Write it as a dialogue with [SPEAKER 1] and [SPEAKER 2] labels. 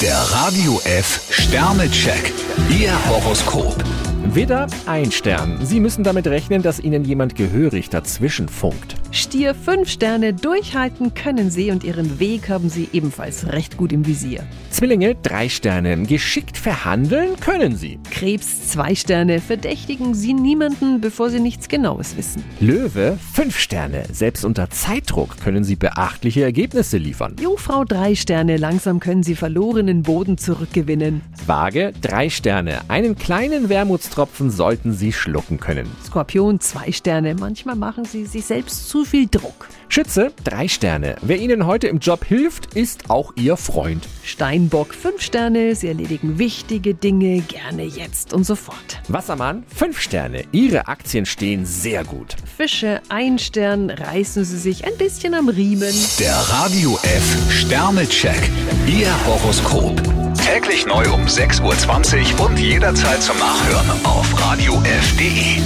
[SPEAKER 1] Der Radio F Sternecheck. Ihr Horoskop.
[SPEAKER 2] Widder, ein Stern. Sie müssen damit rechnen, dass Ihnen jemand gehörig dazwischen funkt.
[SPEAKER 3] Stier, fünf Sterne, durchhalten können Sie und Ihren Weg haben Sie ebenfalls recht gut im Visier.
[SPEAKER 2] Zwillinge, drei Sterne. Geschickt verhandeln können Sie.
[SPEAKER 3] Krebs, zwei Sterne, verdächtigen Sie niemanden, bevor Sie nichts Genaues wissen.
[SPEAKER 2] Löwe, fünf Sterne. Selbst unter Zeitdruck können Sie beachtliche Ergebnisse liefern.
[SPEAKER 3] Jungfrau, drei Sterne, langsam können Sie verlorenen Boden zurückgewinnen.
[SPEAKER 2] Waage, drei Sterne. Einen kleinen Wermutstropfen sollten Sie schlucken können.
[SPEAKER 3] Skorpion, zwei Sterne, manchmal machen Sie sich selbst zu viel Druck.
[SPEAKER 2] Schütze, drei Sterne. Wer Ihnen heute im Job hilft, ist auch Ihr Freund.
[SPEAKER 3] Steinbock, fünf Sterne, Sie erledigen wichtige Dinge gerne jetzt und sofort.
[SPEAKER 2] Wassermann, fünf Sterne. Ihre Aktien stehen sehr gut.
[SPEAKER 3] Fische, ein Stern, reißen Sie sich ein bisschen am Riemen.
[SPEAKER 1] Der Radio F Sternecheck. Ihr Horoskop. Täglich neu um 6.20 Uhr und jederzeit zum Nachhören auf Radio radiof.de.